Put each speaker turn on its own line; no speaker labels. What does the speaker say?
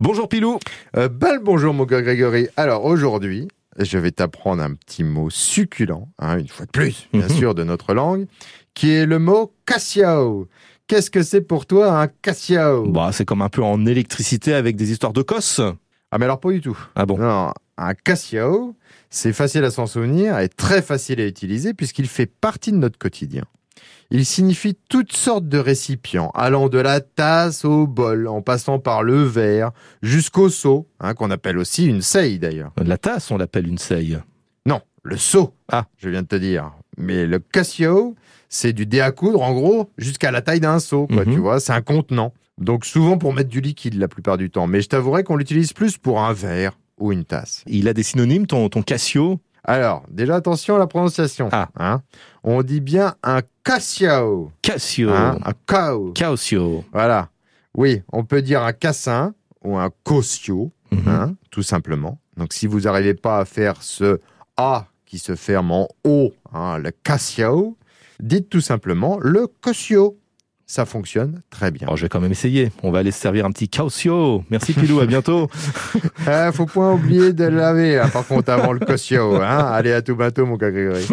Bonjour Pilou.
Euh, bal bonjour mon gars Grégory. Alors aujourd'hui, je vais t'apprendre un petit mot succulent, hein, une fois de plus, bien sûr, de notre langue, qui est le mot cassiao. Qu'est-ce que c'est pour toi un cassiao
Bah, c'est comme un peu en électricité avec des histoires de cosse.
Ah mais alors pas du tout.
Ah bon
Non, un cassiao, c'est facile à s'en souvenir et très facile à utiliser puisqu'il fait partie de notre quotidien. Il signifie toutes sortes de récipients, allant de la tasse au bol, en passant par le verre, jusqu'au seau, hein, qu'on appelle aussi une seille d'ailleurs.
La tasse, on l'appelle une seille.
Non, le seau.
Ah.
je viens de te dire. Mais le cassio, c'est du dé à coudre, en gros, jusqu'à la taille d'un seau, quoi,
Mhm.
tu vois. C'est un contenant. Donc souvent pour mettre du liquide la plupart du temps. Mais je t'avouerai qu'on l'utilise plus pour un verre ou une tasse.
Il a des synonymes, ton, ton Cassio
Alors, déjà attention à la prononciation.
Ah. Oh.
hein. On dit bien un cassio,
Cassio.
hein, un cao.
Cassio.
Voilà. Oui, on peut dire un cassin ou un cossio.
Mhm.
hein, tout simplement. Donc si vous n'arrivez pas à faire ce A qui se ferme en O, hein, le cassiao, dites tout simplement le cossio. Ça fonctionne très bien.
Alors, je vais quand même essayer. On va aller se servir un petit Cassio. Merci Pilou, à bientôt.
Euh, Ah, faut point oublier de le laver, hein, par contre, avant le cossio. hein. Allez, à tout bientôt, mon gars Grégory.